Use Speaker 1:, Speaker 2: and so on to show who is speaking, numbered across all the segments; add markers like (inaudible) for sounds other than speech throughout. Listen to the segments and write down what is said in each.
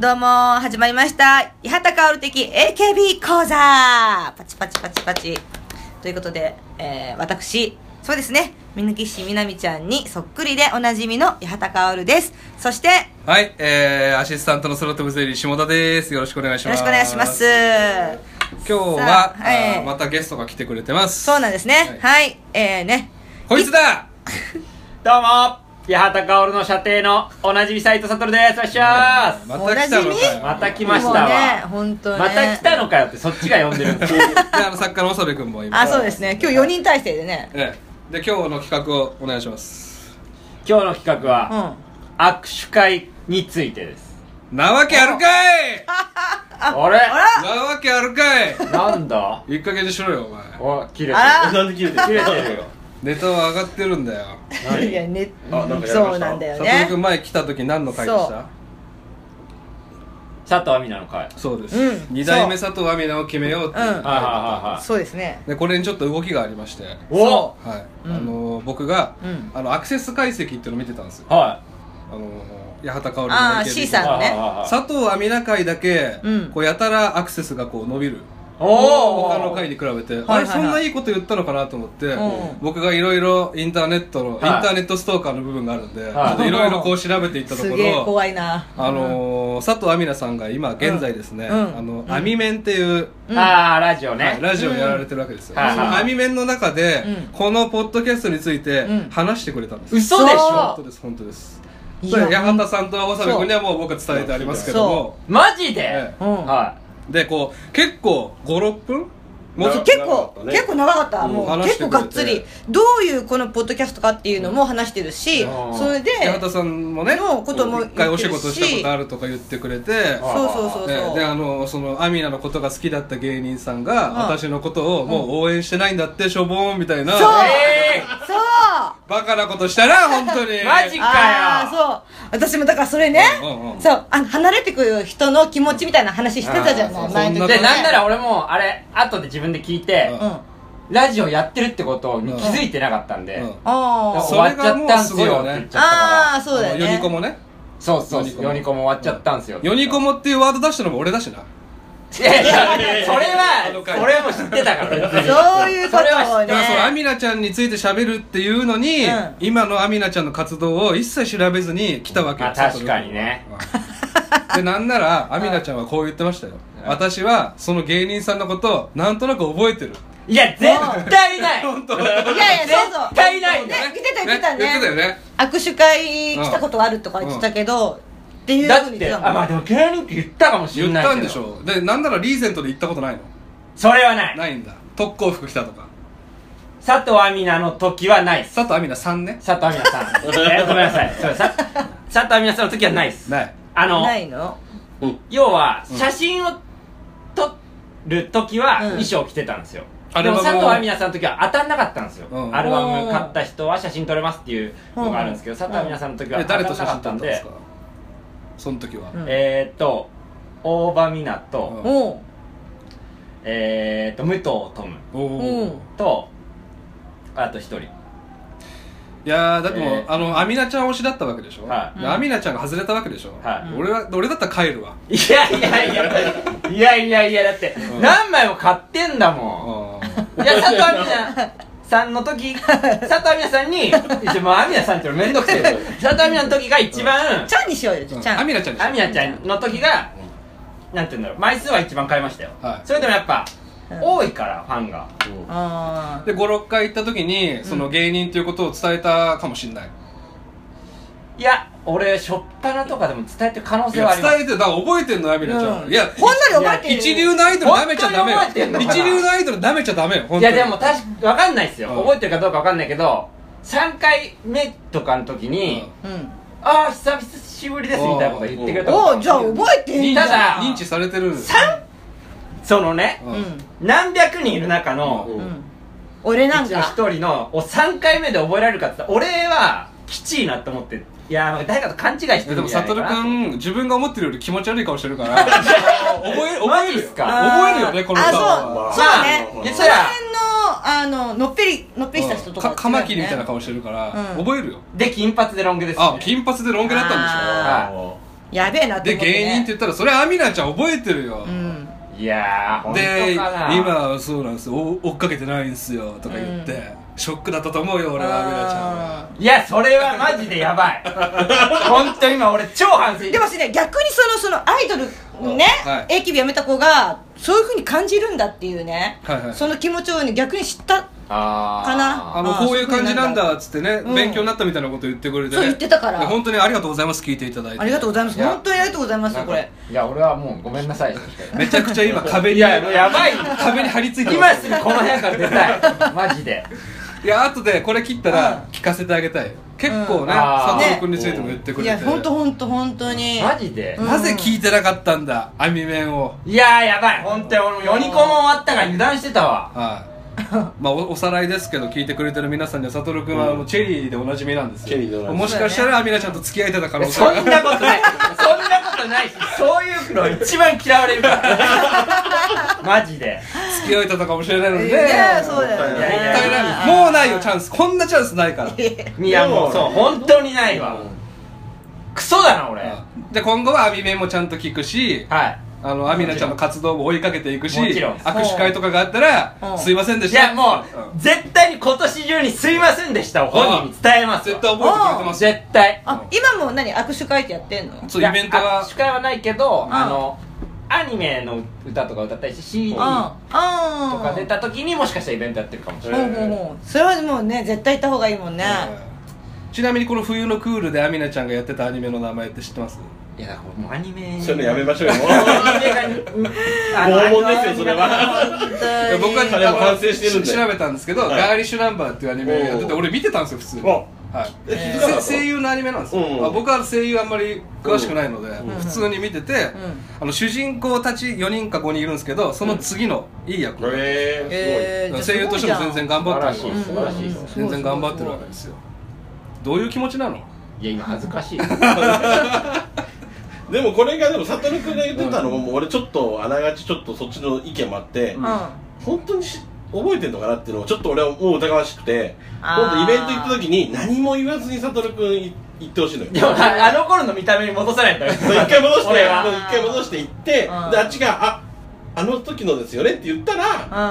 Speaker 1: どうもー、始まりました。八幡薫的 AKB 講座パチパチパチパチ。ということで、えー、私、そうですね、水木市みなみちゃんにそっくりでおなじみの八幡薫です。そして、よ
Speaker 2: はい、えー、アシスタントの空飛ぶゼリー下田です。よろしくお願いし
Speaker 1: ろ
Speaker 2: ま
Speaker 1: し
Speaker 2: す。
Speaker 1: くお願いします。
Speaker 2: 今日は
Speaker 1: さ、あ
Speaker 2: あ
Speaker 1: はい
Speaker 2: ーまたゲストが来てくれてます。
Speaker 1: そうなんですね。
Speaker 2: は
Speaker 1: は
Speaker 2: い
Speaker 1: い、えーね。
Speaker 2: こいつだ
Speaker 3: どうも八幡薫の射程のおなじみ斎藤悟ですいらっしゃいま
Speaker 2: また来たの
Speaker 1: おな
Speaker 2: か
Speaker 1: じ
Speaker 2: よ。
Speaker 3: みまた来
Speaker 2: い
Speaker 3: ましたわ
Speaker 1: もうね、本当
Speaker 3: す
Speaker 1: ね。
Speaker 3: また来たのかよってそっちが呼んでる
Speaker 2: (laughs)
Speaker 3: んです
Speaker 2: やあの作家の長部君も今。
Speaker 1: あ、そうですね。今日4人体制でね。
Speaker 2: ええ。で、今日の企画をお願いします。
Speaker 3: 今日の企画
Speaker 1: う
Speaker 3: は
Speaker 1: ん。
Speaker 3: 握手会についてです
Speaker 2: なわけあるかい
Speaker 3: あれ
Speaker 1: あ
Speaker 2: なわけあるかい
Speaker 3: なんだ
Speaker 2: いい加減にしろよ、お前。
Speaker 3: お切れて
Speaker 1: あ
Speaker 4: なんで切れてる
Speaker 3: 切れてる
Speaker 4: よ
Speaker 2: ネタは上がってるんだよ。
Speaker 1: ら、
Speaker 3: 何
Speaker 1: いや、ね
Speaker 4: あなんかやりま、した
Speaker 1: そうなんだよ
Speaker 2: 里部
Speaker 1: ね。
Speaker 2: 君前来た時何の会でし
Speaker 1: そ
Speaker 2: た
Speaker 3: 佐藤亜美なのかい
Speaker 2: そうです
Speaker 1: うん。
Speaker 2: 二代目佐藤亜美奈を決めようっていう
Speaker 1: うん
Speaker 3: はいはいはい
Speaker 1: そうですね。
Speaker 2: で、これにちょっと動きがありまして。
Speaker 3: お
Speaker 2: は
Speaker 1: う
Speaker 2: い、
Speaker 1: ん
Speaker 2: あのー僕が、
Speaker 1: うん
Speaker 2: あのアクセス解析っていうのを見てたんですよ、
Speaker 3: は
Speaker 2: あのー八幡薫の
Speaker 1: あー
Speaker 2: AKB
Speaker 1: C
Speaker 3: い
Speaker 1: さんのね
Speaker 3: はいはいはい
Speaker 2: 佐藤亜美奈会だけ、
Speaker 1: うん
Speaker 2: こうやたらアクセスがこう伸びる
Speaker 3: お
Speaker 2: 他
Speaker 3: ー
Speaker 2: の会に比べて、
Speaker 1: はいはいはい
Speaker 2: あれそんないいこと言ったのかなと思って、
Speaker 1: うん
Speaker 2: 僕がいろいろインターネットの、イ
Speaker 3: はい
Speaker 2: ンターネットストーカーの部分があるんで、
Speaker 3: はい
Speaker 2: ちょっといろいろこう調べていったと
Speaker 1: す
Speaker 2: こ
Speaker 1: げえ
Speaker 2: ろ
Speaker 1: 怖いな。
Speaker 2: あのー佐藤亜美奈さんが今現在ですね、
Speaker 1: うん
Speaker 2: あ
Speaker 1: う
Speaker 2: の
Speaker 1: ん
Speaker 2: アミメンっていう、
Speaker 1: うん
Speaker 3: ああラジオ
Speaker 2: はい
Speaker 3: ね
Speaker 2: ラジオやられてるわけですよ、
Speaker 3: はいはい
Speaker 2: そのアミメンの中で、
Speaker 1: うん
Speaker 2: このポッドキャストについて
Speaker 1: うん
Speaker 2: 話してくれたんです、
Speaker 3: 嘘でし
Speaker 1: そう
Speaker 3: ょ
Speaker 2: 本当です本当です
Speaker 1: い
Speaker 2: そ
Speaker 1: や
Speaker 2: れ八幡さんとわさび君にはもう僕は伝えてありますけども
Speaker 3: マジで
Speaker 2: え
Speaker 1: うん。
Speaker 3: は
Speaker 2: えでこう結構56分もうちょっと
Speaker 1: 結
Speaker 4: 長か
Speaker 1: 構
Speaker 4: っ、たね
Speaker 1: 結構長かった。
Speaker 2: うん
Speaker 1: もう
Speaker 2: 話
Speaker 1: 結
Speaker 2: して
Speaker 1: 構
Speaker 2: くれて
Speaker 1: がっつり。どういうこのポッドキャストかっていうのも話してるし、
Speaker 3: うん
Speaker 1: それで、
Speaker 2: 八幡さんもね
Speaker 1: のことも
Speaker 2: こ
Speaker 1: 言っ
Speaker 2: う
Speaker 1: て
Speaker 2: 一
Speaker 1: るし
Speaker 2: 回お仕事したことあるとか言ってくれて
Speaker 3: あ
Speaker 1: そうそうそうそう。
Speaker 2: ええであのそのアミナのことが好きだった芸人さんが
Speaker 1: ん
Speaker 2: 私のことをもう応援してないんだってしょぼーんみたいな
Speaker 1: そう
Speaker 3: いえ
Speaker 1: そう
Speaker 2: バカなことしたな本当に
Speaker 3: マジ
Speaker 1: あーそう私もだからそれね、
Speaker 2: うんうんうん
Speaker 1: そうあの離れてくる人の気持ちみたいな話してたじゃな
Speaker 2: あ
Speaker 1: い
Speaker 2: ーそう
Speaker 1: 前の
Speaker 2: そ
Speaker 3: ー
Speaker 1: 時
Speaker 2: んな
Speaker 3: で
Speaker 2: こと
Speaker 3: なんなら俺もあれ後で自分で聞いて
Speaker 2: うん
Speaker 1: うんあ
Speaker 3: ラジオやってるってことに気づいてなかったんで、
Speaker 2: うん
Speaker 1: あ
Speaker 3: 終
Speaker 2: そ
Speaker 1: ー
Speaker 3: わっちゃったんすよって言っちゃったから
Speaker 1: あーそうだよね
Speaker 2: あのヨニコもね
Speaker 3: そうそ
Speaker 2: ヨ
Speaker 3: う
Speaker 2: ニコも
Speaker 3: ヨニコも終わっちゃったんすよ
Speaker 2: ヨニコもっていうワード出したのも俺だしない
Speaker 3: やいやいやそれ
Speaker 2: あの
Speaker 3: は
Speaker 2: 回
Speaker 3: それも知ってたから別に
Speaker 1: そういうこ
Speaker 3: それは知
Speaker 1: とを
Speaker 2: だ
Speaker 3: っ
Speaker 2: からそのア
Speaker 1: ね
Speaker 2: ミナちゃんについて喋るっていうのに、
Speaker 1: うん
Speaker 2: 今のアミナちゃんの活動を一切調べずに来たわけよ、
Speaker 3: まあ確かにね (laughs)
Speaker 2: うんでなんならアミナちゃんはこう言ってましたよ、
Speaker 3: うん
Speaker 2: 私はその芸人さんのことなんとなく覚えてる
Speaker 3: いや絶対ない
Speaker 1: いやいやそうそう
Speaker 3: 絶対ないんだ
Speaker 1: ね
Speaker 3: よ
Speaker 1: 言ってた言ってたね
Speaker 2: 言ってたよね
Speaker 1: 握手会来たことがあるとか言ってたけど、っていう
Speaker 3: だ
Speaker 1: ふう
Speaker 3: っ
Speaker 1: に言ってて
Speaker 3: あ
Speaker 1: たもん
Speaker 3: まあでも芸人って言ったかもしれ
Speaker 2: 言っ
Speaker 3: ない
Speaker 2: たん
Speaker 3: け
Speaker 2: で
Speaker 3: ど
Speaker 2: しょでなんならリーゼントで行ったことないの
Speaker 3: それはない
Speaker 2: ないんだ特攻服着たとか
Speaker 3: 佐藤亜美奈の時はないっす
Speaker 2: 佐藤アミナさんね
Speaker 3: 佐藤亜美奈
Speaker 2: (laughs)
Speaker 3: さんえごめんなさいそれさ佐藤亜美奈さんの時はないっす
Speaker 2: ない
Speaker 3: あの
Speaker 1: ないの
Speaker 3: 要は写真を撮る時は
Speaker 1: うん
Speaker 3: 衣装着てたんですよ、
Speaker 2: アル
Speaker 3: で
Speaker 2: バ
Speaker 3: も
Speaker 2: ムを
Speaker 3: 佐藤亜美奈さんの時は当たんなかったんですよ、
Speaker 2: うん
Speaker 3: アルバム買った人は写真撮れますっていうのがあるんですけど、
Speaker 1: うん
Speaker 3: 佐藤亜美奈さんの時は
Speaker 2: え
Speaker 3: 当た
Speaker 2: 誰
Speaker 3: んな
Speaker 2: と
Speaker 3: か
Speaker 2: 写真撮
Speaker 3: っ
Speaker 2: った
Speaker 3: たん
Speaker 2: ん
Speaker 3: で
Speaker 2: ですかその時は、
Speaker 1: うん
Speaker 3: えーっと大場美奈と、
Speaker 2: うん
Speaker 1: おう
Speaker 3: えーっと武藤トム
Speaker 2: おおー、
Speaker 1: うん
Speaker 3: とあと一人
Speaker 2: いやーだってもう、
Speaker 3: えー
Speaker 2: あのアミナちゃん推しだったわけでしょ、
Speaker 3: はい
Speaker 2: でアミナちゃんが外れたわけでしょ、
Speaker 3: はい
Speaker 2: 俺は俺だったら帰るわ
Speaker 3: いやいやいやいやいやいやだって
Speaker 2: うん
Speaker 3: 何枚も買ってんだも
Speaker 2: うん
Speaker 3: んいや佐藤亜美奈さんの時佐藤亜美奈さんに一応もう亜美奈さんってめんどくせえ佐藤亜美奈の時が一番
Speaker 1: ちゃんにしようよちゃん、
Speaker 2: アミナちゃんでしょ
Speaker 3: 亜美奈ちゃんの時がなんて言うんだろう枚数は一番買いましたよ、
Speaker 2: はい
Speaker 3: それでもやっぱ
Speaker 1: うん
Speaker 3: 多いからファンが
Speaker 1: あ
Speaker 2: で56回行った時にその芸人ということを伝えたかもしんない、
Speaker 3: いや俺初っ端とかでも伝えてる可能
Speaker 2: い
Speaker 3: 性は
Speaker 2: や
Speaker 3: あります
Speaker 2: 伝えてだから覚えてんのアミナちゃん、
Speaker 1: うん
Speaker 2: いや
Speaker 1: ほんのり覚えてる
Speaker 2: 一流のアイドル舐めちゃダメよ
Speaker 3: 本当に覚えてんのかな
Speaker 2: 一流のアイドル舐めちゃダメよ本
Speaker 3: い
Speaker 2: 当
Speaker 3: や
Speaker 2: に
Speaker 3: でも確かわかんないですよ、
Speaker 2: うん
Speaker 3: 覚えてるかどうかわかんないけど3回目とかの時に
Speaker 2: う
Speaker 1: うん
Speaker 3: 「ああ久しぶりです」みたいなこと言ってくれたこ
Speaker 1: お
Speaker 3: と
Speaker 1: うじゃあ覚えてんじゃん
Speaker 3: ただ
Speaker 2: 認知されてる
Speaker 3: 3そのね
Speaker 2: うん
Speaker 3: 何百人いる中
Speaker 1: う
Speaker 3: の
Speaker 1: ん、う、
Speaker 4: うん
Speaker 1: 俺なん
Speaker 3: 一
Speaker 1: か
Speaker 3: 人のを3回目で覚えられるかって言ったら俺はきちいなと思っていやー誰かと勘違いし
Speaker 2: い
Speaker 3: て
Speaker 2: やで
Speaker 3: るん
Speaker 2: も
Speaker 3: じゃ
Speaker 2: サ
Speaker 3: ない
Speaker 2: ト
Speaker 3: か
Speaker 2: ル
Speaker 3: な
Speaker 2: くん自分が思ってるより気持ち悪い顔してるから覚え覚え
Speaker 3: マジ
Speaker 2: る
Speaker 3: っ
Speaker 2: よ
Speaker 3: すか
Speaker 2: 覚えるよねこの
Speaker 1: あ
Speaker 2: 歌
Speaker 1: そ
Speaker 2: は
Speaker 1: う
Speaker 3: は
Speaker 1: そうね
Speaker 3: まあ
Speaker 1: その辺のあののっぺりのっぺりした人とか
Speaker 2: かカマキリみたいな顔してるから、
Speaker 1: うん
Speaker 2: 覚えるよ
Speaker 3: で金髪でロン毛です、ね、
Speaker 2: あ金髪でロン毛だったんでしょ
Speaker 1: あ
Speaker 3: はい
Speaker 1: やべえなと
Speaker 2: で
Speaker 1: 思って、ね、
Speaker 2: 芸人って言ったらそれアミナちゃん覚えてるよ、
Speaker 1: うん
Speaker 3: いやー本
Speaker 2: で
Speaker 3: 当かな
Speaker 2: 今そうなんですよお追っかけてないんですよとか言って、
Speaker 1: う
Speaker 2: ショックだったと思うよ俺はアミナちゃんはい
Speaker 3: やそれはマジでやば
Speaker 2: (laughs)
Speaker 3: い本当今俺超反省
Speaker 1: でもしね逆にそのそのアイドルね、
Speaker 2: は
Speaker 1: AKB やめた子がそういうふうに感じるんだっていうね、
Speaker 2: はいはい
Speaker 1: その気持ちを、ね、逆に知った
Speaker 3: あー
Speaker 1: かな
Speaker 2: あの
Speaker 1: あー
Speaker 2: こういう感じなんだっつってね、
Speaker 1: うん
Speaker 2: 勉強になったみたいなこと言ってくれて、ね、
Speaker 1: そう言ってたから
Speaker 2: いや本当にありがとうございます聞いていただいて
Speaker 1: ありがとうございます
Speaker 3: いや
Speaker 1: 本当にありがとうございます
Speaker 3: なんか
Speaker 1: これ
Speaker 3: いや俺はもうごめんなさい
Speaker 2: めちゃくちゃ今壁
Speaker 3: い
Speaker 2: に
Speaker 3: ややばい
Speaker 2: 壁に張り付いて
Speaker 3: 今すぐこの部屋から出
Speaker 1: (laughs)
Speaker 3: たいマジで
Speaker 2: いや後でこれ切ったら聞かせてあげたい結構
Speaker 3: ん
Speaker 2: ね
Speaker 3: あ
Speaker 1: ー
Speaker 2: 佐藤君についても言ってく
Speaker 1: い
Speaker 2: れて、
Speaker 1: や本当本当本当に
Speaker 3: マジで
Speaker 1: うん
Speaker 2: なぜ聞いてなかったんだ網面を
Speaker 3: いやーやばい本当に俺もヨニコも終わったから油断してたわ
Speaker 2: はいまあおおさらいですけど聞いてくれてる皆さんには悟君はもうチェリーでおなじみなんですよ
Speaker 4: チェリーでおなじみ
Speaker 2: もしかしたらアミナちゃんと付き合えてた可能性
Speaker 3: (laughs) そん
Speaker 2: が
Speaker 3: なことないそんなことないしそういうの一番嫌われ
Speaker 2: (laughs)
Speaker 3: るからマジで
Speaker 2: 付き合えてたかもしれないので、
Speaker 1: ねえそうだよね
Speaker 2: もったいない
Speaker 1: や
Speaker 2: もうないよチャンスこんなチャンスないから
Speaker 3: いやもうそう本当にないわクソだな俺は
Speaker 2: で今後はアミメもちゃんと聞くし
Speaker 3: い
Speaker 2: あのアミナちゃんの活動も追いかけていくし
Speaker 3: もちろん
Speaker 2: 握手会とかがあったら
Speaker 1: うん
Speaker 2: 「すいませんでし
Speaker 3: い
Speaker 2: た」
Speaker 3: やも
Speaker 2: う
Speaker 3: うん絶対に今年中に「すいませんでした」を本人に伝えます
Speaker 2: 絶
Speaker 3: わ
Speaker 2: 対覚えてくれてますよ
Speaker 3: 絶対
Speaker 1: あ今も何握手会ってやってんの
Speaker 2: そう
Speaker 3: いや
Speaker 2: イベントは
Speaker 3: 握手会はないけど
Speaker 1: ん
Speaker 3: あのアニメの歌とか歌ったりし CD
Speaker 1: う
Speaker 3: と
Speaker 1: んああ
Speaker 3: か出た時にもしかしたらイベントやってるかもしれ
Speaker 1: ほうほうほうそれはもうね絶対行った方がいいもんね
Speaker 2: ちなみにこの冬のクールでアミナちゃんがやってたアニメの名前って知ってます
Speaker 3: ないいやだからもうアニメ
Speaker 4: そういうのやめましょうよもう
Speaker 3: アニメがうんあの
Speaker 4: 拷問ですよそれは
Speaker 1: 本当に
Speaker 2: いや僕は
Speaker 4: 彼も完成してるんで
Speaker 2: 調べたんですけど、
Speaker 4: はい
Speaker 2: ガーリッシュナンバーっていうアニメやってて
Speaker 4: おう
Speaker 2: 俺見てたんですよ普通に、
Speaker 4: お
Speaker 2: はい
Speaker 4: え聞いてなかっ
Speaker 2: せ
Speaker 4: た
Speaker 2: 声優のアニメなんですよ、
Speaker 4: うん
Speaker 2: まあ僕は声優あんまり詳しくないので、
Speaker 4: うん
Speaker 2: 普通に見てて、あの主人公たち4人か5人いるんですけどその次のいい役、
Speaker 4: え
Speaker 1: え
Speaker 4: え
Speaker 1: ーじゃあ
Speaker 2: 声優としても全然頑張って
Speaker 3: 素
Speaker 2: る
Speaker 3: 晴
Speaker 2: わ
Speaker 3: らしい素晴らしい
Speaker 1: うんうんうん
Speaker 2: 全然頑張ってるわけですよどういう気持ちなの
Speaker 3: いや今恥ずか (laughs) しい
Speaker 4: すごいでもこれがでも悟君が言ってたのももう俺ちょっとあながちちょっとそっちの意見もあって
Speaker 1: うん
Speaker 4: 本当にし覚えてんのかなっていうのをちょっと俺はもう疑わしくて
Speaker 1: あー
Speaker 4: 今度イベント行った時に何も言わずに悟君い行ってほしいのよ
Speaker 3: でもああの頃の見た目に戻さないと
Speaker 4: そう一回戻して
Speaker 3: 俺
Speaker 4: うん
Speaker 3: は
Speaker 4: 一回戻して行ってで
Speaker 1: うん
Speaker 4: あっちが「ああの時のですよね」って言ったら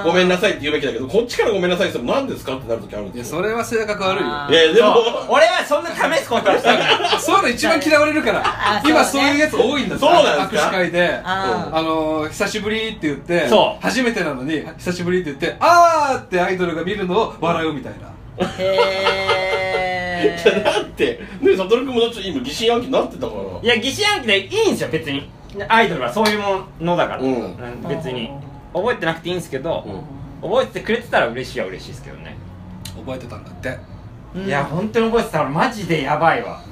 Speaker 1: う
Speaker 4: 「
Speaker 1: ん
Speaker 4: ごめんなさい」って言うべきだけどこっちから「ごめんなさい」って言っても「何ですか?」ってなる時あるん
Speaker 2: いや
Speaker 4: ですよ
Speaker 2: それは性格悪いよ
Speaker 1: あ
Speaker 4: いやでも
Speaker 3: そう俺はそんな試すことはしたくない
Speaker 2: そういうの一番嫌われるから
Speaker 1: あ
Speaker 2: 今
Speaker 1: そ
Speaker 2: そうう
Speaker 1: ね
Speaker 2: いうやつ多いんだ
Speaker 4: そうなんですか
Speaker 2: 握手会で
Speaker 1: あ
Speaker 2: あのー久しぶりって言って
Speaker 3: そう
Speaker 2: 初めてなのに久しぶりって言ってあーってアイドルが見るのを笑うみたいな
Speaker 1: ーへ
Speaker 4: じゃあ
Speaker 1: え
Speaker 4: なんてね悟君もちょっと今疑心暗鬼になってたから
Speaker 3: いや疑心暗鬼でいいんですよ別にアイドルはそういうものだから、
Speaker 4: うん
Speaker 3: うん別に覚えてなくていいんですけど、
Speaker 4: う
Speaker 3: 覚えててくれてたら嬉しいは嬉しいですけどね、
Speaker 2: 覚えてたんだって
Speaker 1: うん
Speaker 3: いや本当に覚えてたらマジでやばいわ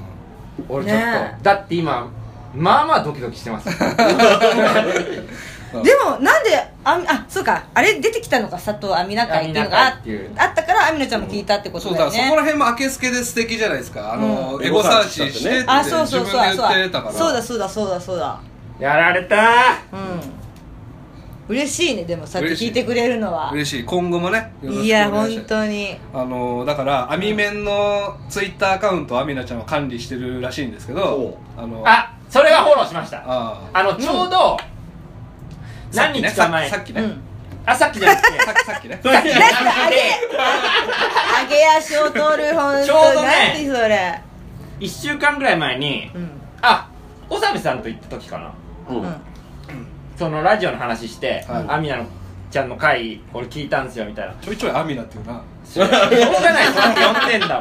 Speaker 3: 俺ちょっと、
Speaker 1: ね
Speaker 3: だって今まあまあドキドキしてます
Speaker 1: でもなんでああそうかあれ出てきたのか佐藤アミナ会っていうのが
Speaker 3: アミナ会っていう
Speaker 1: ああったからアミナちゃんも聞いたってこと
Speaker 2: そう
Speaker 1: だ
Speaker 2: だ
Speaker 1: よ
Speaker 2: そこら
Speaker 1: ね
Speaker 2: 辺も明けすけで素敵じゃないですかあの
Speaker 4: う
Speaker 2: ー
Speaker 4: ん
Speaker 2: エゴサーチしてって
Speaker 1: あそうそうそう
Speaker 2: 自分で
Speaker 1: そう
Speaker 2: 言ってた
Speaker 1: だ
Speaker 2: から
Speaker 1: そうだそうだそうだそうだ
Speaker 3: (laughs) やられた
Speaker 1: うん嬉しいねでもさっき
Speaker 2: 嬉しい
Speaker 1: 聞いてくれるのは
Speaker 2: 嬉しい今後もねよろしくお願
Speaker 1: いや
Speaker 2: し
Speaker 1: 本
Speaker 2: ます
Speaker 1: 当に
Speaker 2: あのーだからアミメンのツイッターアカウントをアミナちゃんは管理してるらしいんですけどあのー
Speaker 3: あそれはフォローしましたあ
Speaker 2: あ
Speaker 3: のちょうど、
Speaker 2: さっ
Speaker 3: 何
Speaker 2: きね
Speaker 3: 日か前
Speaker 2: さっき
Speaker 1: う
Speaker 2: ね
Speaker 1: ん
Speaker 3: あさっきじゃなくて
Speaker 2: さっきさっきね
Speaker 1: だってあげあげ足を取る本
Speaker 3: ちょう
Speaker 1: 当
Speaker 3: ど
Speaker 1: になん
Speaker 3: ね
Speaker 1: てそれ
Speaker 3: 1週間ぐらい前に
Speaker 1: うん
Speaker 3: あ小澤部さんと行った時かな
Speaker 4: うん
Speaker 1: うん (laughs)
Speaker 3: そのラジオの話して、
Speaker 2: はい
Speaker 3: アミナのちゃんの回俺聞いたんですよみたい
Speaker 2: (laughs)
Speaker 3: な
Speaker 2: ちょいちょいアミナっていうな
Speaker 3: しょうがないそうやって呼んでんだ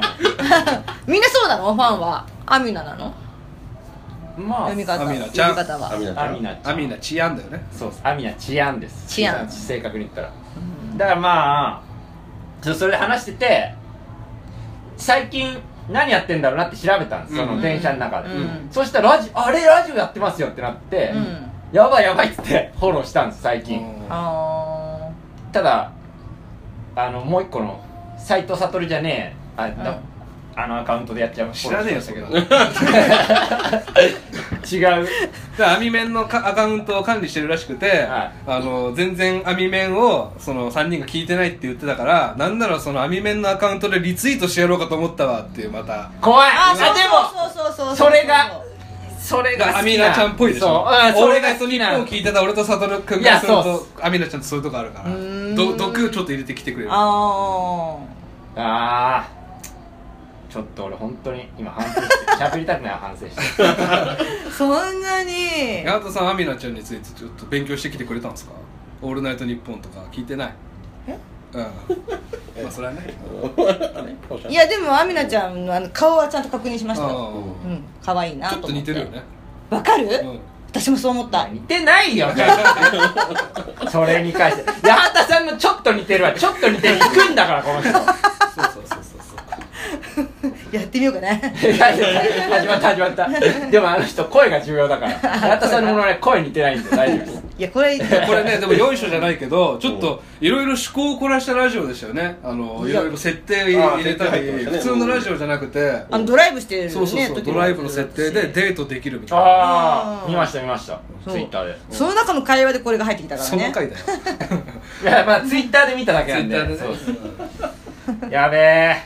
Speaker 1: みんなそうなのファンはアミナなの
Speaker 3: もんま
Speaker 1: 読み
Speaker 3: あ
Speaker 1: 方
Speaker 2: アミナちゃん
Speaker 1: 読み方は
Speaker 4: アミナちゃ
Speaker 3: ア
Speaker 4: ん
Speaker 3: ミナちゃん
Speaker 2: アミナ治安だよね
Speaker 3: そうですアミナ治安です
Speaker 1: 治安
Speaker 3: 正確に言ったらだからまあちょそれで話してて最近何やってんだろうなって調べたんですそ
Speaker 2: うん
Speaker 3: の電車の中で、
Speaker 1: うん
Speaker 3: そしたらラジあれラジオやってますよってなって、
Speaker 1: うん
Speaker 3: やばいやばいっつってフォローしたんです最近、
Speaker 2: うん
Speaker 1: あ
Speaker 3: ただあのもう一個の斎藤悟じゃねえあ,だ、
Speaker 1: うん
Speaker 3: あのアカウントでやっちゃう
Speaker 2: 知らねえよそこ
Speaker 3: 違う
Speaker 2: で網面のかアカウントを管理してるらしくて、
Speaker 3: は
Speaker 2: あの全然網面をその3人が聞いてないって言ってたからなんならその網面のアカウントでリツイートしてやろうかと思ったわっていうまた
Speaker 3: 怖い
Speaker 1: ーあ
Speaker 3: あでも
Speaker 1: そうそうそうそうう
Speaker 3: それがそれ
Speaker 2: だか
Speaker 3: が
Speaker 2: ら
Speaker 3: 好
Speaker 2: ア
Speaker 3: き
Speaker 2: ミ
Speaker 3: な
Speaker 2: ナちゃんっぽいでしょ
Speaker 3: そううんそ
Speaker 2: 俺
Speaker 3: れ
Speaker 2: が
Speaker 3: が
Speaker 2: その日
Speaker 3: 好き
Speaker 2: 本
Speaker 3: な
Speaker 2: を聞いてた俺と悟君からする
Speaker 3: いやそう
Speaker 2: と
Speaker 3: っす
Speaker 2: アミナちゃんとそういうとこあるか
Speaker 1: うー
Speaker 2: ら
Speaker 1: ん
Speaker 2: ど毒ちょっと入れてきてくれる
Speaker 1: あ
Speaker 3: ああちょっと俺本当に今反省して喋りたくない反省 (laughs) してる
Speaker 1: あそんなに
Speaker 2: 八幡さんアミナちゃんについてちょっと勉強してきてくれたんですか「オールナイトニッポン」とか聞いてないうんまあそれはね
Speaker 1: いやでもアミナちゃんのあの顔はちゃんと確認しましたよ
Speaker 2: う
Speaker 1: うんん可愛いな
Speaker 2: ち
Speaker 1: と
Speaker 2: ょ
Speaker 1: 思
Speaker 2: っと似てるよね
Speaker 1: わかる、
Speaker 2: うん
Speaker 1: 私もそう思った
Speaker 3: 似てないよそれに関して八幡さんのちょっと似てるはちょっと似てるに行くんだからこの人
Speaker 2: そうそうそうそうそう
Speaker 1: やってみようかな
Speaker 3: 始まった始まったでもあの人声が重要だから八幡さんのものね声似てないんで大丈夫です
Speaker 1: (laughs) いやこれ
Speaker 2: (laughs) これねでもよいしょじゃないけどちょっといろいろ趣向を凝らしたラジオでしたよねあのいろいろ設定
Speaker 4: あー
Speaker 2: 入れたり
Speaker 4: 設定入ってました
Speaker 2: 普
Speaker 4: ね
Speaker 2: 通のラジオじゃなくて
Speaker 1: あのドライブしてるね
Speaker 2: そうそうそう
Speaker 1: 時
Speaker 2: ド
Speaker 1: も
Speaker 2: ライブの設定でデートできるみたいな
Speaker 3: あ
Speaker 1: あ
Speaker 3: あ
Speaker 1: ー
Speaker 3: 見ました見ました
Speaker 1: そう
Speaker 3: ツイッターで
Speaker 1: その中の会話でこれが入ってきたから
Speaker 2: そ
Speaker 1: ね
Speaker 2: の回だよ
Speaker 3: いやまあツイッターで見ただけなんで
Speaker 2: Twitter
Speaker 3: そう
Speaker 2: でね
Speaker 3: そうやべえ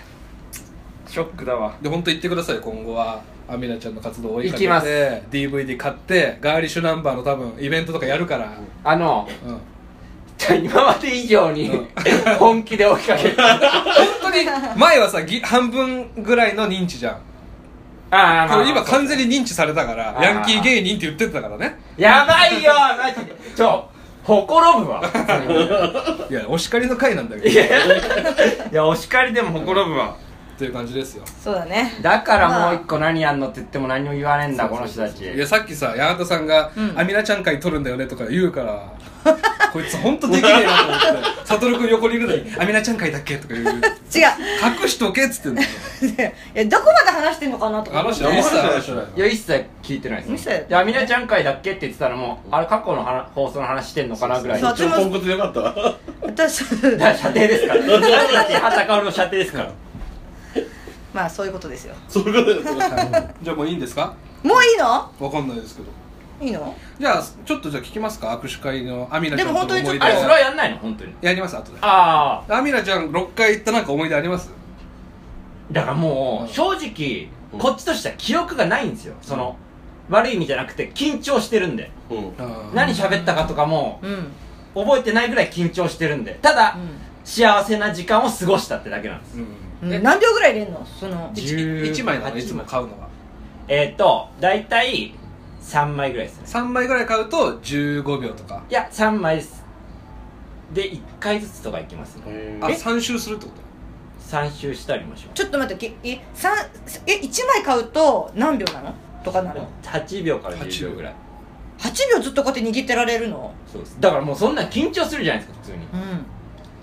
Speaker 3: ショックだわ
Speaker 2: (laughs) で本当言ってください今後はアミナちゃんの活動を追いかけ
Speaker 3: 行き
Speaker 2: て
Speaker 3: ます
Speaker 2: DVD 買ってガーリッシュナンバーの多分イベントとかやるから、
Speaker 3: あの
Speaker 2: うん、
Speaker 3: 今まで以上に (laughs) 本気で追いかける
Speaker 2: 本当に前はさぎ半分ぐらいの認知じゃん
Speaker 3: あー
Speaker 2: こ
Speaker 3: まあ
Speaker 2: れ今完全に認知されたから
Speaker 3: あー
Speaker 2: ヤンキー芸人って言ってたからね
Speaker 3: やばいよマジでちょほころぶわ
Speaker 2: いやお叱りの回なんだけ
Speaker 3: い
Speaker 2: ど
Speaker 3: や (laughs) いやお叱りでもほころぶわ
Speaker 2: という感じですよ
Speaker 1: そうだね
Speaker 3: だからもう一個何やんのって言っても何も言わねえんだこの人たち
Speaker 2: いやさっきさ八幡さんが
Speaker 1: うん
Speaker 2: アミナちゃん会撮るんだよね」とか言うからこいつ本当できねえなと思って悟君横にいるのに「アミナちゃん会だっけ?」とか言う
Speaker 1: 違う (laughs)
Speaker 2: 隠しとけっつってんだよ
Speaker 1: いやどこまで話してんのかなとか
Speaker 2: あの人
Speaker 4: いや
Speaker 2: ミスター
Speaker 4: 話
Speaker 2: の
Speaker 4: して
Speaker 2: 人
Speaker 4: な
Speaker 2: だ
Speaker 4: い
Speaker 2: よ
Speaker 3: いや一切聞いてないで
Speaker 1: 一
Speaker 3: す
Speaker 1: 切やってない
Speaker 3: でアミナちゃん会だっけって言ってたらもうあれ過去の話放送の話してんのかなぐらい
Speaker 1: そう
Speaker 3: だ
Speaker 1: そ
Speaker 3: か
Speaker 4: 一応ポンコツでよかったわ
Speaker 1: 私
Speaker 3: ら射程で
Speaker 1: (laughs)
Speaker 3: すから私たち畑薫の射程ですから
Speaker 1: まあそういうことですよ
Speaker 4: そういうことです
Speaker 2: じゃあもういいんですか
Speaker 1: もういいの
Speaker 2: わかんないですけど
Speaker 1: いいの
Speaker 2: じゃあちょっとじゃあ聞きますか握手会のアミナちゃんとの思い
Speaker 1: でも本当
Speaker 2: 出
Speaker 1: にちょっと
Speaker 3: あれそれはやんないの本当に
Speaker 2: やります後で
Speaker 3: ああ
Speaker 2: アミナちゃん6回行ったなんか思い出あります
Speaker 3: だからも
Speaker 2: うん
Speaker 3: う正直こっちとしては記憶がないんですよその悪い意味じゃなくて緊張してるんで
Speaker 4: うん
Speaker 3: 何喋ったかとかも
Speaker 1: うん
Speaker 3: 覚えてないぐらい緊張してるんでただ幸せな時間を過ごしたってだけなんです
Speaker 2: う
Speaker 1: うんん、
Speaker 2: え
Speaker 1: 何秒ぐらい入れんのその
Speaker 3: 10
Speaker 2: 1枚なのいつも買うのは
Speaker 3: えっと大体3枚ぐらいですね
Speaker 2: 3枚ぐらい買うと15秒とか
Speaker 3: いや3枚ですで1回ずつとかいきますね
Speaker 2: あ
Speaker 1: え
Speaker 2: 3周するってこと
Speaker 3: 3周したりもしま
Speaker 1: ちょっと待ってきい三え1枚買うと何秒なのとかなの
Speaker 3: す8秒から10秒ぐらい
Speaker 1: 8秒ずっとこうやって握ってられるの
Speaker 3: そうですだからもうそんなん緊張するじゃないですか普通に
Speaker 1: うん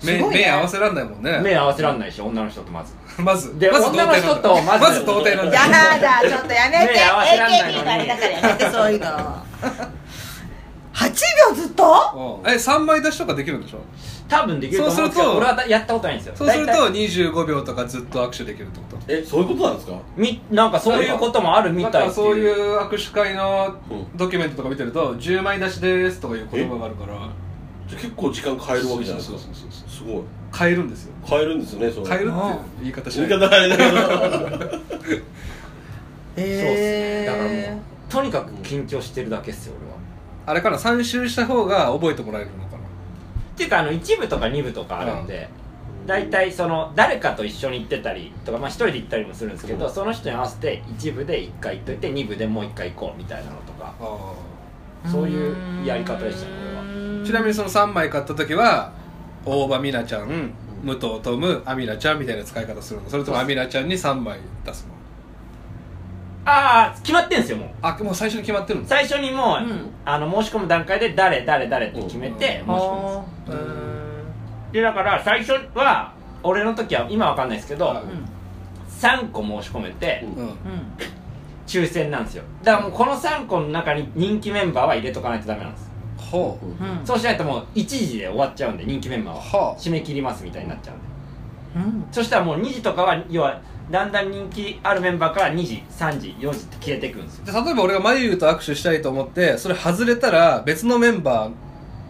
Speaker 2: 目,、
Speaker 1: すごいね
Speaker 2: 目合わせらんないもんね
Speaker 3: 目合わせらんないし女の人とまず
Speaker 2: まず
Speaker 3: で
Speaker 2: まず
Speaker 3: 女の人
Speaker 2: 童貞なんだ
Speaker 3: とまず
Speaker 2: まず童貞なんだ
Speaker 1: やだちょっとやめて
Speaker 3: 目合わせらんない
Speaker 1: AKB
Speaker 3: のに
Speaker 1: のあれだからやめてそういうの
Speaker 3: (laughs)
Speaker 1: 8秒ずっと
Speaker 2: うんえ3枚出しとかできるんでしょ
Speaker 3: 多分できると思うんですけ
Speaker 2: そうすると
Speaker 3: ど俺はだやったことないんですよ
Speaker 2: そうすると
Speaker 3: 大体
Speaker 2: 25秒とかずっと握手できるってこと
Speaker 4: えそういうことなんですか
Speaker 3: みなんかそういうこともあるみ
Speaker 2: な
Speaker 3: た
Speaker 2: ん
Speaker 3: い
Speaker 2: か
Speaker 3: って
Speaker 2: そういうう握手会のドキュメントとか見てると「10枚出しです」とかいう言葉があるから
Speaker 4: じゃあ結構時間変えるわけじゃないですか
Speaker 2: そうそうそうそ
Speaker 4: すごい
Speaker 2: 変えるんですよ
Speaker 4: 変えるんですねそれ
Speaker 2: 変えるっていう
Speaker 1: あ
Speaker 2: 言い方し
Speaker 4: 言
Speaker 2: ないい
Speaker 4: 方変えないけど
Speaker 3: そうっす
Speaker 1: へー
Speaker 3: ねだからもうとにかく緊張してるだけっすよ俺は
Speaker 2: あれかな3周した方が覚えてもらえるのかな
Speaker 3: っていうかあの1部とか2部とかあるんで、大体その誰かと一緒に行ってたりとか、まあ、一人で行ったりもするんですけど、その人に合わせて1部で1回行っといて2部でもう1回行こうみたいなのとか
Speaker 2: あ
Speaker 3: そういうやり方でしたね俺は
Speaker 2: ーちなみにその3枚買った時は大場美奈ちゃん武藤トムアミナちゃんみたいな使い方するのそれともアミナちゃんに3枚出すの
Speaker 3: ああ決まってんすよもう
Speaker 2: あもう最初に決まってるんだ
Speaker 3: 最初にもう、
Speaker 1: うん
Speaker 3: あの申し込む段階で誰誰誰って決めて申し込むん
Speaker 1: あ
Speaker 3: で
Speaker 1: ー
Speaker 2: う
Speaker 3: すでだから最初は俺の時は今わかんないですけ
Speaker 2: は
Speaker 3: ど
Speaker 2: い
Speaker 1: うん
Speaker 3: 3個申し込めて
Speaker 4: うん
Speaker 2: うん
Speaker 1: うん
Speaker 3: 抽選なんですよだからもうこの3個の中に人気メンバーは入れとかないとダメなんです
Speaker 2: ほう
Speaker 1: うん
Speaker 3: そうしないともう1時で終わっちゃうんで人気メンバーは
Speaker 2: はあ
Speaker 3: 締め切りますみたいになっちゃうんで
Speaker 1: うん
Speaker 3: そしたらもう2時とかは要はだんだん人気あるメンバーから2時3時4時って消えていくんですよ
Speaker 2: で例えば俺が眉優と握手したいと思ってそれ外れたら別のメンバ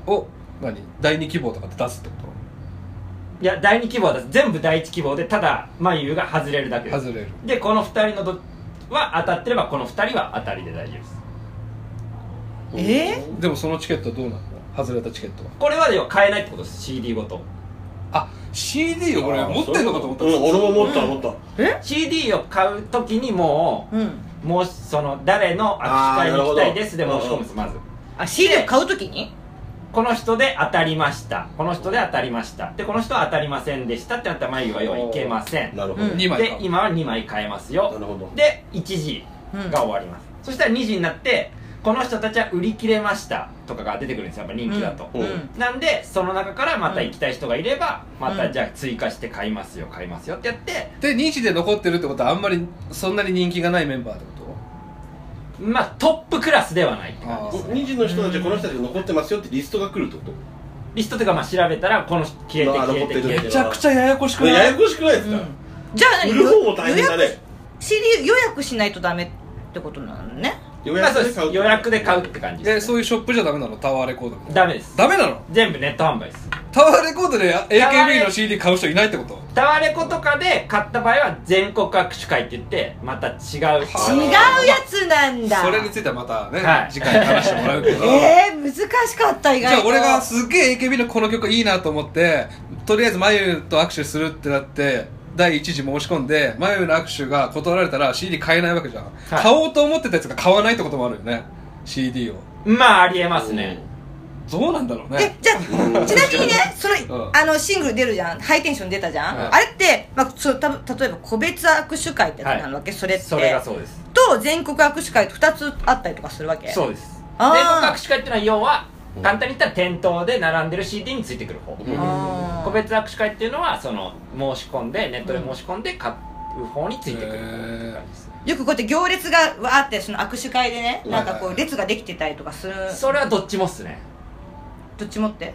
Speaker 2: ーを何第二希望とかって出すってこ
Speaker 3: いや第2希望です全部第1希望でただ眉優が外れるだけ
Speaker 2: と
Speaker 3: です
Speaker 2: 外れる
Speaker 3: でこの2人のどは当たってればこの2人は当たりで大丈夫です
Speaker 1: え
Speaker 2: でもそのチケットはどうなんだ外れたチケットは
Speaker 3: これは要は買えないってことです CD ごと
Speaker 2: あ CD を俺
Speaker 4: あー
Speaker 2: 持ってんのかと思った
Speaker 4: うん俺も
Speaker 2: も
Speaker 4: 思った思った
Speaker 3: CD を買う時にも
Speaker 1: うん
Speaker 3: うもうその誰の握手会に行きたいですで申し込むんですまず
Speaker 1: あ CD を買うときに
Speaker 3: この人で当たりましたこの人で当たりましたでこの人は当たりませんでしたってなったら眉毛は要はいけません
Speaker 4: なるほど、
Speaker 1: うん
Speaker 2: 2枚
Speaker 3: で
Speaker 2: か
Speaker 3: 今は2枚買えます
Speaker 4: な
Speaker 3: よ
Speaker 4: るほど
Speaker 3: で1時
Speaker 1: うん
Speaker 3: が終わります、そしたら2時になってこの人たちは売り切れましたとかが出てくるんですよやっぱ人気だと、
Speaker 1: うん
Speaker 4: うん
Speaker 3: なんでその中からまた行きたい人がいればま
Speaker 1: う
Speaker 3: た
Speaker 1: ん
Speaker 3: じゃあ追加して買いますよ買いますよってやって
Speaker 2: で2時で残ってるってことはあんまりそんなに人気がないメンバーってこ
Speaker 3: まあトップクラスではないって感
Speaker 2: あ
Speaker 3: じです
Speaker 4: 2時の人たちはこの人たちが残ってますよってリストが来るってこと
Speaker 3: リストというかまあ調べたらこの人消えて
Speaker 4: まあ
Speaker 3: 消えて
Speaker 4: 残ってる
Speaker 3: 消え
Speaker 2: と
Speaker 3: て
Speaker 2: めちゃくちゃややこしく
Speaker 4: これ
Speaker 2: な
Speaker 4: や
Speaker 2: い
Speaker 4: やこしくないです
Speaker 1: う
Speaker 4: か、
Speaker 1: んじゃあ
Speaker 4: 売る方も大変だ
Speaker 1: 予約
Speaker 4: ね
Speaker 1: CD 予約しないとダメってことなのね
Speaker 4: 予
Speaker 3: まあそう
Speaker 4: 約
Speaker 3: で
Speaker 4: です買う
Speaker 3: 予約で買うって感じ
Speaker 2: え
Speaker 3: です、
Speaker 2: そういうショップじゃダメなのタワーレコードみたいな
Speaker 3: ダメです
Speaker 2: ダメなの
Speaker 3: 全部ネット販売です
Speaker 2: タワーレコードで
Speaker 3: タワー
Speaker 2: AKB
Speaker 3: レ
Speaker 2: の CD 買う人いないってこと
Speaker 3: タワレコとかで買った場合は全国握手会って言ってまた違う
Speaker 1: 違うやつなんだ
Speaker 2: それについてはまたね、
Speaker 3: はい
Speaker 2: 次回話してもらう (laughs) けど
Speaker 1: えー、難しかった意
Speaker 2: じ
Speaker 1: 外
Speaker 2: ゃ
Speaker 1: と
Speaker 2: あ俺がすっげえ AKB のこの曲いいなと思ってとりあえず眉と握手するってなって第一次申し込んで眉の握手が断られたら CD 買えないわけじゃん、
Speaker 3: い
Speaker 2: 買おうと思ってたやつが買わないってこともあるよね CD を
Speaker 3: まあありえますね
Speaker 2: どうなんだろう
Speaker 1: え
Speaker 2: ね
Speaker 1: じゃあちなみにねその、
Speaker 2: うん
Speaker 1: あのシングル出るじゃんハイテンション出たじゃん、
Speaker 2: はい
Speaker 1: あれって、まあ、そうた例えば個別握手会ってやつなわけ、それって
Speaker 3: それがそうです
Speaker 1: と全国握手会と2つあったりとかするわけ
Speaker 3: そうです
Speaker 1: あー
Speaker 3: 全国握手会ってのは要は簡単に言ったら店頭で並んでる CD についてくる方
Speaker 4: うん
Speaker 1: あー
Speaker 3: 個別握手会っていうのはその申し込んでネットで申し込んで買う方についてくる方って感じです
Speaker 1: よくこうやって行列がわーってその握手会でねなんかこ
Speaker 2: は
Speaker 1: う
Speaker 2: いはい
Speaker 1: 列ができてたりとかする
Speaker 3: それはどっちもっすね
Speaker 1: どっちもって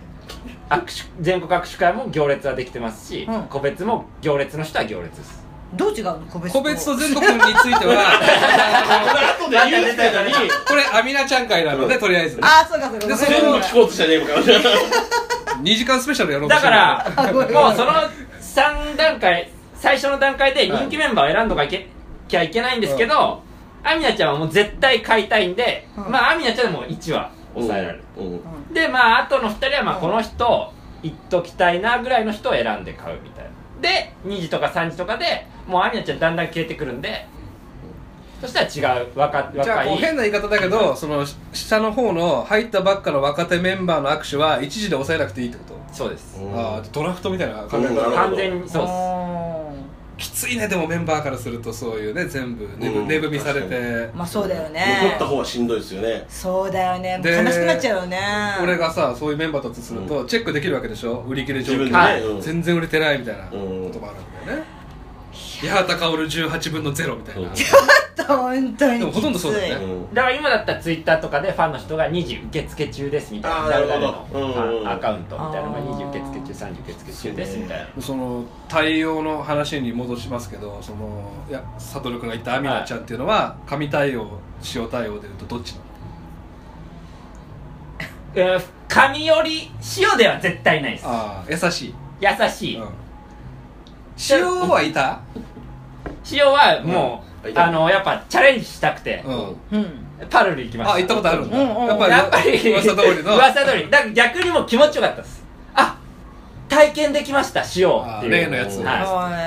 Speaker 3: 握手全国握手会も行列はできてますし、
Speaker 1: うん
Speaker 3: 個別も行列の人は行列です
Speaker 1: どう違うの個別
Speaker 2: 個別と全国について (laughs) は
Speaker 4: これ後で言うってたのに
Speaker 2: これアミナちゃん会なのでとりあえずね
Speaker 1: ああそうかそうか
Speaker 2: で
Speaker 1: ごめん
Speaker 4: 全部聞こうとしたね今から
Speaker 2: 2時間スペシャルやろうと
Speaker 3: だ
Speaker 2: して
Speaker 3: か
Speaker 2: る
Speaker 3: ら
Speaker 2: (laughs)
Speaker 1: あごめん
Speaker 3: もうその3段階最初の段階で人気メンバーを選んどかいけきゃいけないんですけど、アミナちゃんはもう絶対買いたいんで、
Speaker 1: うん
Speaker 3: まあアミナちゃんでも1は抑えられる、
Speaker 4: うん
Speaker 3: でまああとの2人はまあ
Speaker 1: うん
Speaker 3: この人行っときたいなぐらいの人を選んで買うみたいなで2時とか3時とかでもうアミナちゃんだんだん消えてくるんでそしたら違う若
Speaker 2: じゃあ
Speaker 3: 若
Speaker 2: こう
Speaker 3: い
Speaker 2: 変な言い方だけどその下の方の入ったばっかの若手メンバーの握手は一時で抑えなくていいってこと
Speaker 3: そうです
Speaker 4: うん
Speaker 2: あードラフトみたいな考え
Speaker 4: うんなるほ
Speaker 2: 方
Speaker 4: ど
Speaker 3: 完全にそうです
Speaker 1: あ
Speaker 2: きついねでもメンバーからするとそういうね全部ねぶ
Speaker 4: うん
Speaker 2: ねぶみされて
Speaker 1: ーまあそうだよ
Speaker 4: 残
Speaker 1: ね
Speaker 4: った方はしんどいですよね
Speaker 1: そうだよねもう
Speaker 2: で
Speaker 1: 悲しくなっちゃうよね
Speaker 2: 俺がさそういうメンバーだとするとチェックできるわけでしょ売り切れ状
Speaker 4: 自分
Speaker 2: 況
Speaker 4: で
Speaker 3: は
Speaker 4: ね
Speaker 3: い
Speaker 4: うん
Speaker 2: 全然売れてないみたいなこ
Speaker 4: うん
Speaker 2: ともあるんだよね八幡薫18分の0みたいな
Speaker 4: うん
Speaker 1: ちょっと本当に
Speaker 2: でもほとんどそうだよね
Speaker 4: うん
Speaker 3: だから今だったらツイッターとかでファンの人が2時受付中ですみたいな
Speaker 4: あーなるほど
Speaker 3: 誰々
Speaker 4: うんうん
Speaker 3: のあアカウントみたいなのが
Speaker 1: あー
Speaker 3: 20受付中30受付中ですみたいな
Speaker 2: その対応の話に戻しますけどそのいや悟君が言ったアミナちゃんっていうのは神対応塩対応でいうとどっちなの
Speaker 3: えー紙より塩では絶対ないです
Speaker 2: ああ優しい、
Speaker 3: 優しい、
Speaker 2: うん、塩はいた、
Speaker 3: 塩はもう、
Speaker 4: うん
Speaker 3: あのやっぱチャレンジしたくて
Speaker 2: う、
Speaker 1: う
Speaker 2: ん、
Speaker 1: ん
Speaker 3: パルル行きました
Speaker 2: あ行ったことあるんだ、
Speaker 1: うんうん
Speaker 2: やっぱり
Speaker 3: やっぱり (laughs)
Speaker 2: 噂通りの
Speaker 3: 噂通りだから逆にもう気持ちよかったですあ体験できました塩
Speaker 2: あ
Speaker 3: っ
Speaker 2: ー
Speaker 3: ていう
Speaker 2: 例のやつ、
Speaker 3: はい
Speaker 1: は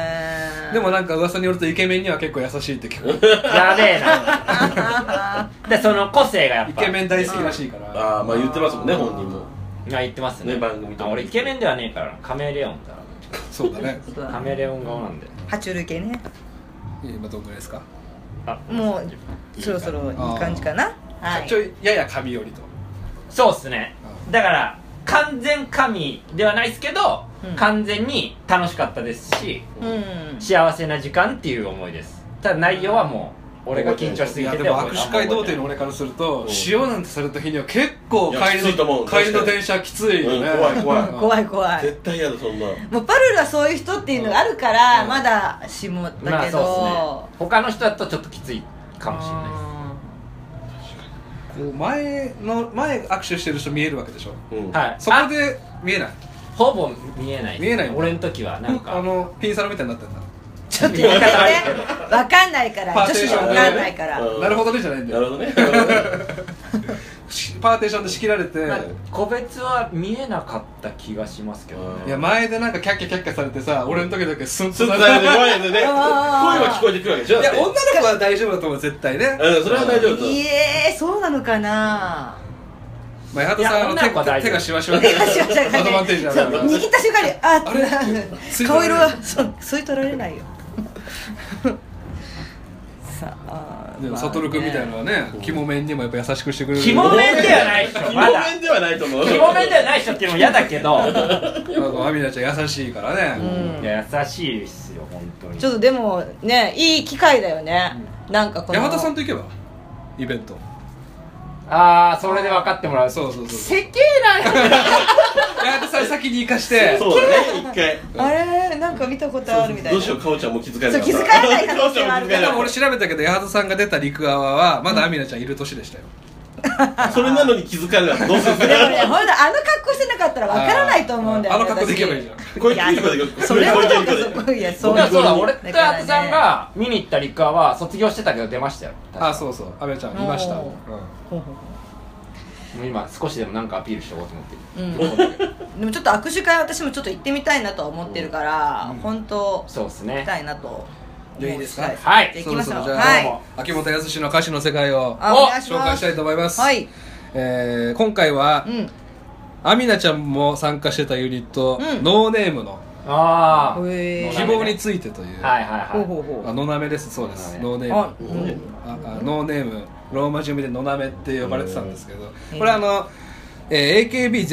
Speaker 1: い
Speaker 2: でもなんか噂によるとイケメンには結構優しいって聞く
Speaker 3: やべえな
Speaker 1: (laughs)
Speaker 3: でその個性がやっ
Speaker 2: イ
Speaker 3: ぱ
Speaker 2: ケメン大好きらしいから
Speaker 4: ああまあ言ってますもんね本人も
Speaker 3: あ言ってますね
Speaker 4: ね番組と
Speaker 3: あ俺イケメンではねえからなカメレオンだ
Speaker 2: そうだね
Speaker 1: そうだね
Speaker 3: カメレオン顔なんで
Speaker 1: 爬虫類系ね
Speaker 2: 今どんぐらいですか、
Speaker 3: あ
Speaker 1: もうそろそろいい感じかなはい
Speaker 2: ちょいやや髪よりと
Speaker 3: そうっすね
Speaker 2: う
Speaker 3: だから完全神ではないですけど、
Speaker 1: うん
Speaker 3: 完全に楽しかったですし
Speaker 1: うん
Speaker 3: 幸せな時間っていう思いですただ内容はもう俺が緊張しす
Speaker 2: い
Speaker 3: ぎ
Speaker 2: や
Speaker 3: て
Speaker 2: で
Speaker 3: て
Speaker 2: も
Speaker 3: 覚え
Speaker 2: 握手会童貞の俺からすると
Speaker 4: うん
Speaker 2: 塩なんてされた日には結構
Speaker 4: いや
Speaker 2: 帰
Speaker 4: きつ
Speaker 2: り
Speaker 4: いと思
Speaker 2: の
Speaker 4: う
Speaker 2: 帰りの電車きついよね、
Speaker 4: うん怖い怖い
Speaker 2: うん
Speaker 1: 怖い怖い
Speaker 4: 絶対嫌だそんな
Speaker 1: もうパルルはそういう人っていうのがあるから
Speaker 2: うん
Speaker 1: まだしもだ
Speaker 3: まあ
Speaker 1: け
Speaker 3: そう
Speaker 1: ど
Speaker 3: ですね他の人だとちょっときついかもしれないです
Speaker 2: こう前の前握手してる人見えるわけでしょ
Speaker 4: うん
Speaker 3: はい
Speaker 2: そこで見えない
Speaker 3: あほぼ見えない
Speaker 2: 見えないんだ
Speaker 3: 俺の時はなんか
Speaker 2: あのピンサロみたいになってんだ
Speaker 1: ちょっと言い方ねわかんないから
Speaker 2: パー
Speaker 1: 女
Speaker 2: テー
Speaker 1: 子
Speaker 2: ション
Speaker 1: わかんないから
Speaker 4: うん
Speaker 2: なるほどねじゃないんだ
Speaker 4: な
Speaker 2: よ
Speaker 4: るほどねなるほどね
Speaker 2: しパーテーションで仕切られて、
Speaker 3: まあ個別は見えなかった気がしますけど
Speaker 4: う
Speaker 3: ね
Speaker 4: ん
Speaker 2: いや前でなんかキャッキャキャッキャされてさ俺の時だけスン
Speaker 4: す
Speaker 2: と
Speaker 4: ん
Speaker 2: さ
Speaker 4: だ
Speaker 2: れて
Speaker 4: よね前でね声
Speaker 1: あー
Speaker 4: は聞こえてくるわけでしょ
Speaker 2: いや
Speaker 4: だって
Speaker 2: 女の子は大丈夫だと思う絶対ね、
Speaker 4: うんそれは大丈夫
Speaker 1: いえそうなのかな
Speaker 2: まあ、八幡
Speaker 3: い
Speaker 2: さんあ
Speaker 3: や
Speaker 2: の
Speaker 3: 女の子は
Speaker 2: 手
Speaker 3: 大丈夫
Speaker 2: 手がしわ (laughs) しわ
Speaker 1: いやしわしわ
Speaker 2: アドバンテージあるから
Speaker 1: そう握った瞬間にあ
Speaker 2: あれ吸い取ら
Speaker 1: 顔
Speaker 2: れる
Speaker 1: 色はそう吸い取られないよ (laughs) さあ
Speaker 2: でも悟君みたいなのはね肝面にもやっぱ優しくしてくれる
Speaker 3: 肝面ではないっしょ
Speaker 4: 肝
Speaker 3: まだ
Speaker 4: 面ではないと思う
Speaker 3: キモメではない人っていうのも嫌だけ (laughs) ど
Speaker 2: なんかアミナちゃん優しいから
Speaker 1: う
Speaker 2: ね、
Speaker 1: ん
Speaker 3: いや優しいですよ本当に
Speaker 1: ちょっとでもねいい機会だよね、なんかこの
Speaker 2: 八幡さんと行けばイベント
Speaker 3: ああそれで分かってもらう
Speaker 2: そうそうそう
Speaker 3: せけえな
Speaker 2: 八幡さん先に行かして
Speaker 4: そうだね一回
Speaker 1: あれなんか見たことあるみたい
Speaker 4: ど
Speaker 1: な
Speaker 4: うしようかおちゃんも気づかれ
Speaker 1: そう
Speaker 4: なかった
Speaker 1: 気づかれない可能性はあるけ
Speaker 2: (laughs)
Speaker 4: かおち
Speaker 1: ど
Speaker 2: で
Speaker 4: ゃんも気づかれ
Speaker 2: も
Speaker 4: なかっ
Speaker 2: 俺調べたけど八幡さんが出た陸側はまだアミナちゃんいる年でしたよ、
Speaker 4: たそれなのに気づかれなかったどうす
Speaker 1: で
Speaker 4: る
Speaker 1: もねほんとあの格好してなかったらわからないと思うんだよね
Speaker 2: あの格好で行けばいいじゃん
Speaker 4: こういうとこで
Speaker 1: それはなんかそこいやそ
Speaker 4: そう
Speaker 3: い
Speaker 4: う
Speaker 3: やそうだ
Speaker 4: ゴ
Speaker 3: 俺
Speaker 4: リ
Speaker 3: と
Speaker 1: だからね
Speaker 3: あつさんが見に行ったリカは卒業してたけど出ましたよ確か
Speaker 2: あそうそうアミナちゃんいました、
Speaker 1: おー
Speaker 2: う
Speaker 1: ほうほう
Speaker 3: もう今少しでもなんかアピールしとこうと思って
Speaker 1: うん
Speaker 3: る、
Speaker 1: でもちょっと握手会私もちょっと行ってみたいなとは思ってるから、本当
Speaker 3: (laughs) そうです
Speaker 1: 行き
Speaker 3: ね
Speaker 1: たいなと
Speaker 2: じゃあいいですか
Speaker 3: はい
Speaker 1: じゃあ行き
Speaker 2: ん、
Speaker 1: ましょう
Speaker 2: そろそろじゃあ、
Speaker 1: はい
Speaker 3: どうも
Speaker 2: 秋元康の歌詞の世界を
Speaker 1: あ
Speaker 3: お
Speaker 1: お願いし
Speaker 2: 紹
Speaker 1: ま
Speaker 2: 介
Speaker 1: す
Speaker 2: したいと思います、
Speaker 1: はい
Speaker 2: えー今回は
Speaker 1: うん
Speaker 2: アミナちゃんも参加してたユニット、
Speaker 1: うん
Speaker 2: ノーネームの
Speaker 3: ああ
Speaker 1: へー
Speaker 2: 希望についてという、
Speaker 3: はいはい
Speaker 1: ほう
Speaker 3: は
Speaker 1: ほうほう
Speaker 2: あノナメですそうですノ
Speaker 3: ノ
Speaker 2: ーネー
Speaker 1: あ
Speaker 2: ム
Speaker 1: う
Speaker 4: う
Speaker 2: (laughs)
Speaker 4: ん
Speaker 1: ん
Speaker 2: ああノーネームローマ字読みでノナメって呼ばれてたんですけど
Speaker 1: うん
Speaker 2: これあの、えー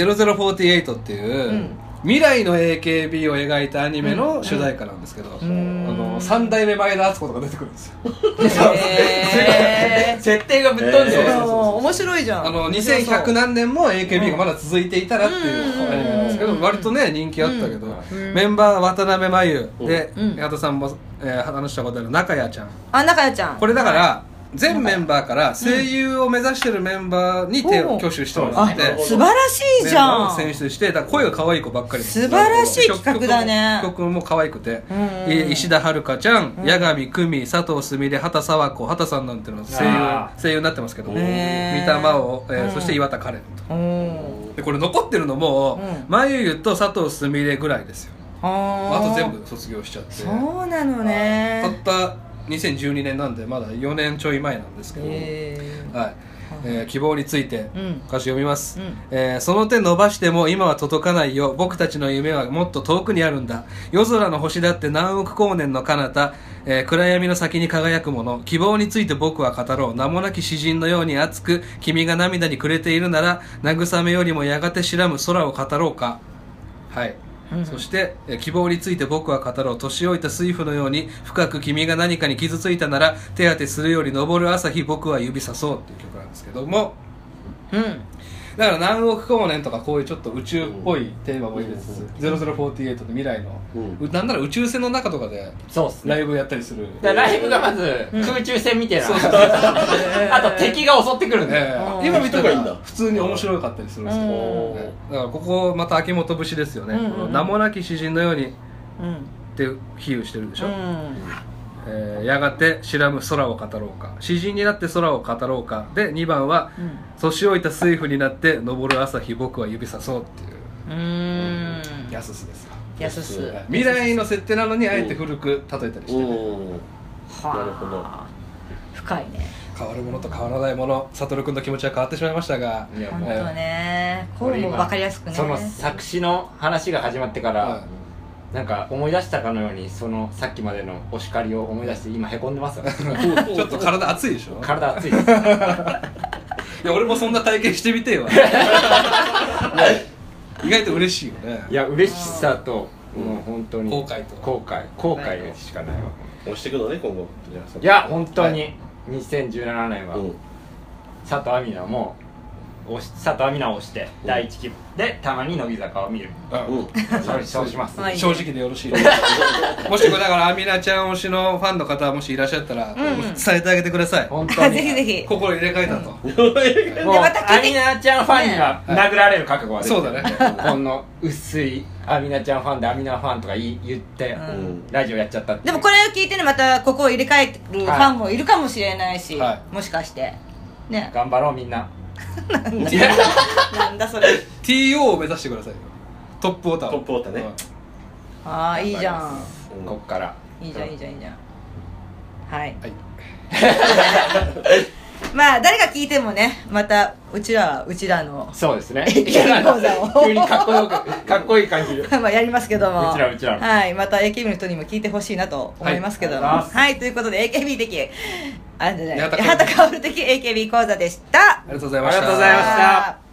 Speaker 2: AKB0048 っていう、
Speaker 1: うん
Speaker 2: 未来の AKB を描いたアニメの主題歌なんですけど、
Speaker 1: ん
Speaker 2: あの三代目前田敦子とか出てくるんですよ
Speaker 1: へ
Speaker 3: い設定がぶっ飛んで
Speaker 1: ー
Speaker 3: る
Speaker 2: えー
Speaker 1: 面白いじゃん
Speaker 2: あの2100何年も AKB がまだ続いていたらっていう
Speaker 1: うん
Speaker 2: アニメなんですけ
Speaker 1: う
Speaker 2: ど
Speaker 1: ん
Speaker 2: 割とね人気あったけど
Speaker 1: うん
Speaker 2: メンバー渡辺真由で
Speaker 1: うん
Speaker 2: 八幡さんもえー話したことある中谷ちゃん
Speaker 1: あ中谷ちゃん
Speaker 2: これだから全メンバーから声優を目指してるメンバーに手
Speaker 1: うん
Speaker 2: を挙手してもら
Speaker 1: あ
Speaker 2: って
Speaker 1: 素晴らしい
Speaker 2: メン
Speaker 1: じ
Speaker 2: バ
Speaker 1: ゃ
Speaker 2: ーを選
Speaker 1: ん
Speaker 2: 出してだから声が可愛い子ばっかり
Speaker 1: 素晴らしい企画だね
Speaker 2: 曲も曲も可愛くて
Speaker 1: うん
Speaker 2: い石田遥ちゃん
Speaker 1: うん
Speaker 2: 八神久美佐藤すみれ畑沢子畑さんなんていうのは声
Speaker 3: あ
Speaker 2: 優声優になってますけど
Speaker 4: へ
Speaker 2: 三
Speaker 1: ー
Speaker 2: 玉をえ
Speaker 1: うん
Speaker 2: ーそして岩田カレンと
Speaker 1: うん
Speaker 2: でこれ残ってるのも
Speaker 1: うん
Speaker 2: まゆゆと佐藤すみれぐらいですよあ
Speaker 1: あ
Speaker 2: と全部卒業しちゃって
Speaker 1: そうなのね
Speaker 2: たった2012年なんでまだ4年ちょい前なんですけど
Speaker 1: へ
Speaker 2: はい、えー希望について
Speaker 1: うん
Speaker 2: 歌詞読みます、
Speaker 1: うん
Speaker 2: えーその手伸ばしても今は届かないよ僕たちの夢はもっと遠くにあるんだ夜空の星だって何億光年の彼方、えー暗闇の先に輝くもの希望について僕は語ろう名もなき詩人のように熱く君が涙にくれているなら慰めよりもやがて白む空を語ろうかはい、
Speaker 1: うん
Speaker 2: そしてえー希望について僕は語ろう年老いた水夫のように深く君が何かに傷ついたなら手当てするより昇る朝日僕は指さそうっていう曲なんですけども
Speaker 1: えうん
Speaker 2: だから何億光年とかこういうちょっと宇宙っぽいテーマも入れつつ0048で未来の、
Speaker 4: う
Speaker 2: なんなら宇宙船の中とかで
Speaker 3: そうっす
Speaker 2: ラ
Speaker 3: ね
Speaker 2: イブやったりする、
Speaker 3: だからライブがまず空中戦みたいな、あと敵が襲ってくるんだよ、
Speaker 2: え
Speaker 1: あ
Speaker 2: ー
Speaker 1: ー
Speaker 2: 今見た
Speaker 4: 人がいいんだ
Speaker 2: ら普通に面白かったりするんですけど、
Speaker 1: うん
Speaker 2: ねだからここまた秋元節ですよね、
Speaker 1: うんうんうん
Speaker 2: 名もなき詩人のようにっ
Speaker 1: うん
Speaker 2: て比喩してるでしょ、
Speaker 1: うん
Speaker 2: えーやがて知らぬ空を語ろうか詩人になって空を語ろうかで2番は
Speaker 1: うん
Speaker 2: 年老いた水夫になって昇る朝日僕は指さそうっていう
Speaker 1: うーん
Speaker 2: やすすですよ
Speaker 1: やすす
Speaker 4: はい
Speaker 2: 未来の設定なのにあえて古く例えたりして、
Speaker 4: うん
Speaker 1: はあ
Speaker 4: なるほど
Speaker 1: 深いね
Speaker 2: 変わるものと変わらないもの悟君の気持ちは変わってしまいましたが
Speaker 3: いや
Speaker 1: 本
Speaker 3: もう
Speaker 1: 当ねこうも分かりやすくね
Speaker 3: その作詞の話が始まってから、
Speaker 2: は
Speaker 3: なんか思い出したかのようにそのさっきまでのお叱りを思い出して今へこんでますよ
Speaker 2: いちょっと体熱いでしょ
Speaker 3: 体熱いですはい
Speaker 2: や俺もそんな体験してみてよ意外と嬉しいよね
Speaker 3: いや嬉しさと
Speaker 4: うん
Speaker 3: もう本当に
Speaker 2: 後悔と
Speaker 3: 後悔後悔しかないわ
Speaker 4: 押していくのね今後じゃあ
Speaker 3: いや本当に2017年は
Speaker 4: うん
Speaker 3: 佐藤亜美奈も押し佐藤亜美奈を押して第一期でたまに乃木坂を見る
Speaker 2: うん
Speaker 4: うん
Speaker 3: それそうします
Speaker 1: はい
Speaker 2: 正直でよろしいです
Speaker 3: (laughs)
Speaker 2: もしこれだからアミナちゃん推しのファンの方もしいらっしゃったら、
Speaker 1: ん
Speaker 2: 伝えてあげてください
Speaker 3: 本
Speaker 1: (laughs)
Speaker 3: 当
Speaker 1: あ
Speaker 3: に
Speaker 1: (laughs) ぜひぜひ
Speaker 2: 心入れ替えたと、
Speaker 3: もう
Speaker 1: でまた聞い
Speaker 3: ア
Speaker 1: て
Speaker 3: ミナちゃんファンには殴られる覚悟はできてる
Speaker 2: そうだ
Speaker 3: この薄いアミナちゃんファンでアミナファンとか言い言って、
Speaker 4: ん
Speaker 3: ラジオやっちゃったっていう
Speaker 1: でもこれを聞いてねまたここを入れ替えるファンもいるかもしれないし
Speaker 2: は
Speaker 1: もしかしてね
Speaker 3: (laughs) 頑張ろうみんな
Speaker 1: なんだそれ
Speaker 2: TO を目指してくださいよトップオーターを
Speaker 4: トップオーターね
Speaker 1: ああいいじゃん
Speaker 4: うん
Speaker 3: こっから
Speaker 1: いいじゃんいいじゃんいいじゃんはい
Speaker 2: はい
Speaker 1: (laughs) まあ誰が聞いてもねまたうちらはうちらの
Speaker 3: そうです
Speaker 1: (laughs)
Speaker 3: ね
Speaker 1: 講座を
Speaker 3: 急にかっこよくかっこいい感じで
Speaker 1: (laughs) まあやりますけども
Speaker 3: うちらうちら
Speaker 1: はいまた AKB の人にも聞いてほしいなと思いますけども
Speaker 3: はい
Speaker 1: は
Speaker 3: ありがとうございま
Speaker 1: い、
Speaker 3: す
Speaker 1: ということで AKB 的あじゃない
Speaker 2: 八幡薫
Speaker 1: 八幡薫的 AKB 講座でした
Speaker 2: ありがとうございました
Speaker 3: ありがとうございました
Speaker 1: さよなら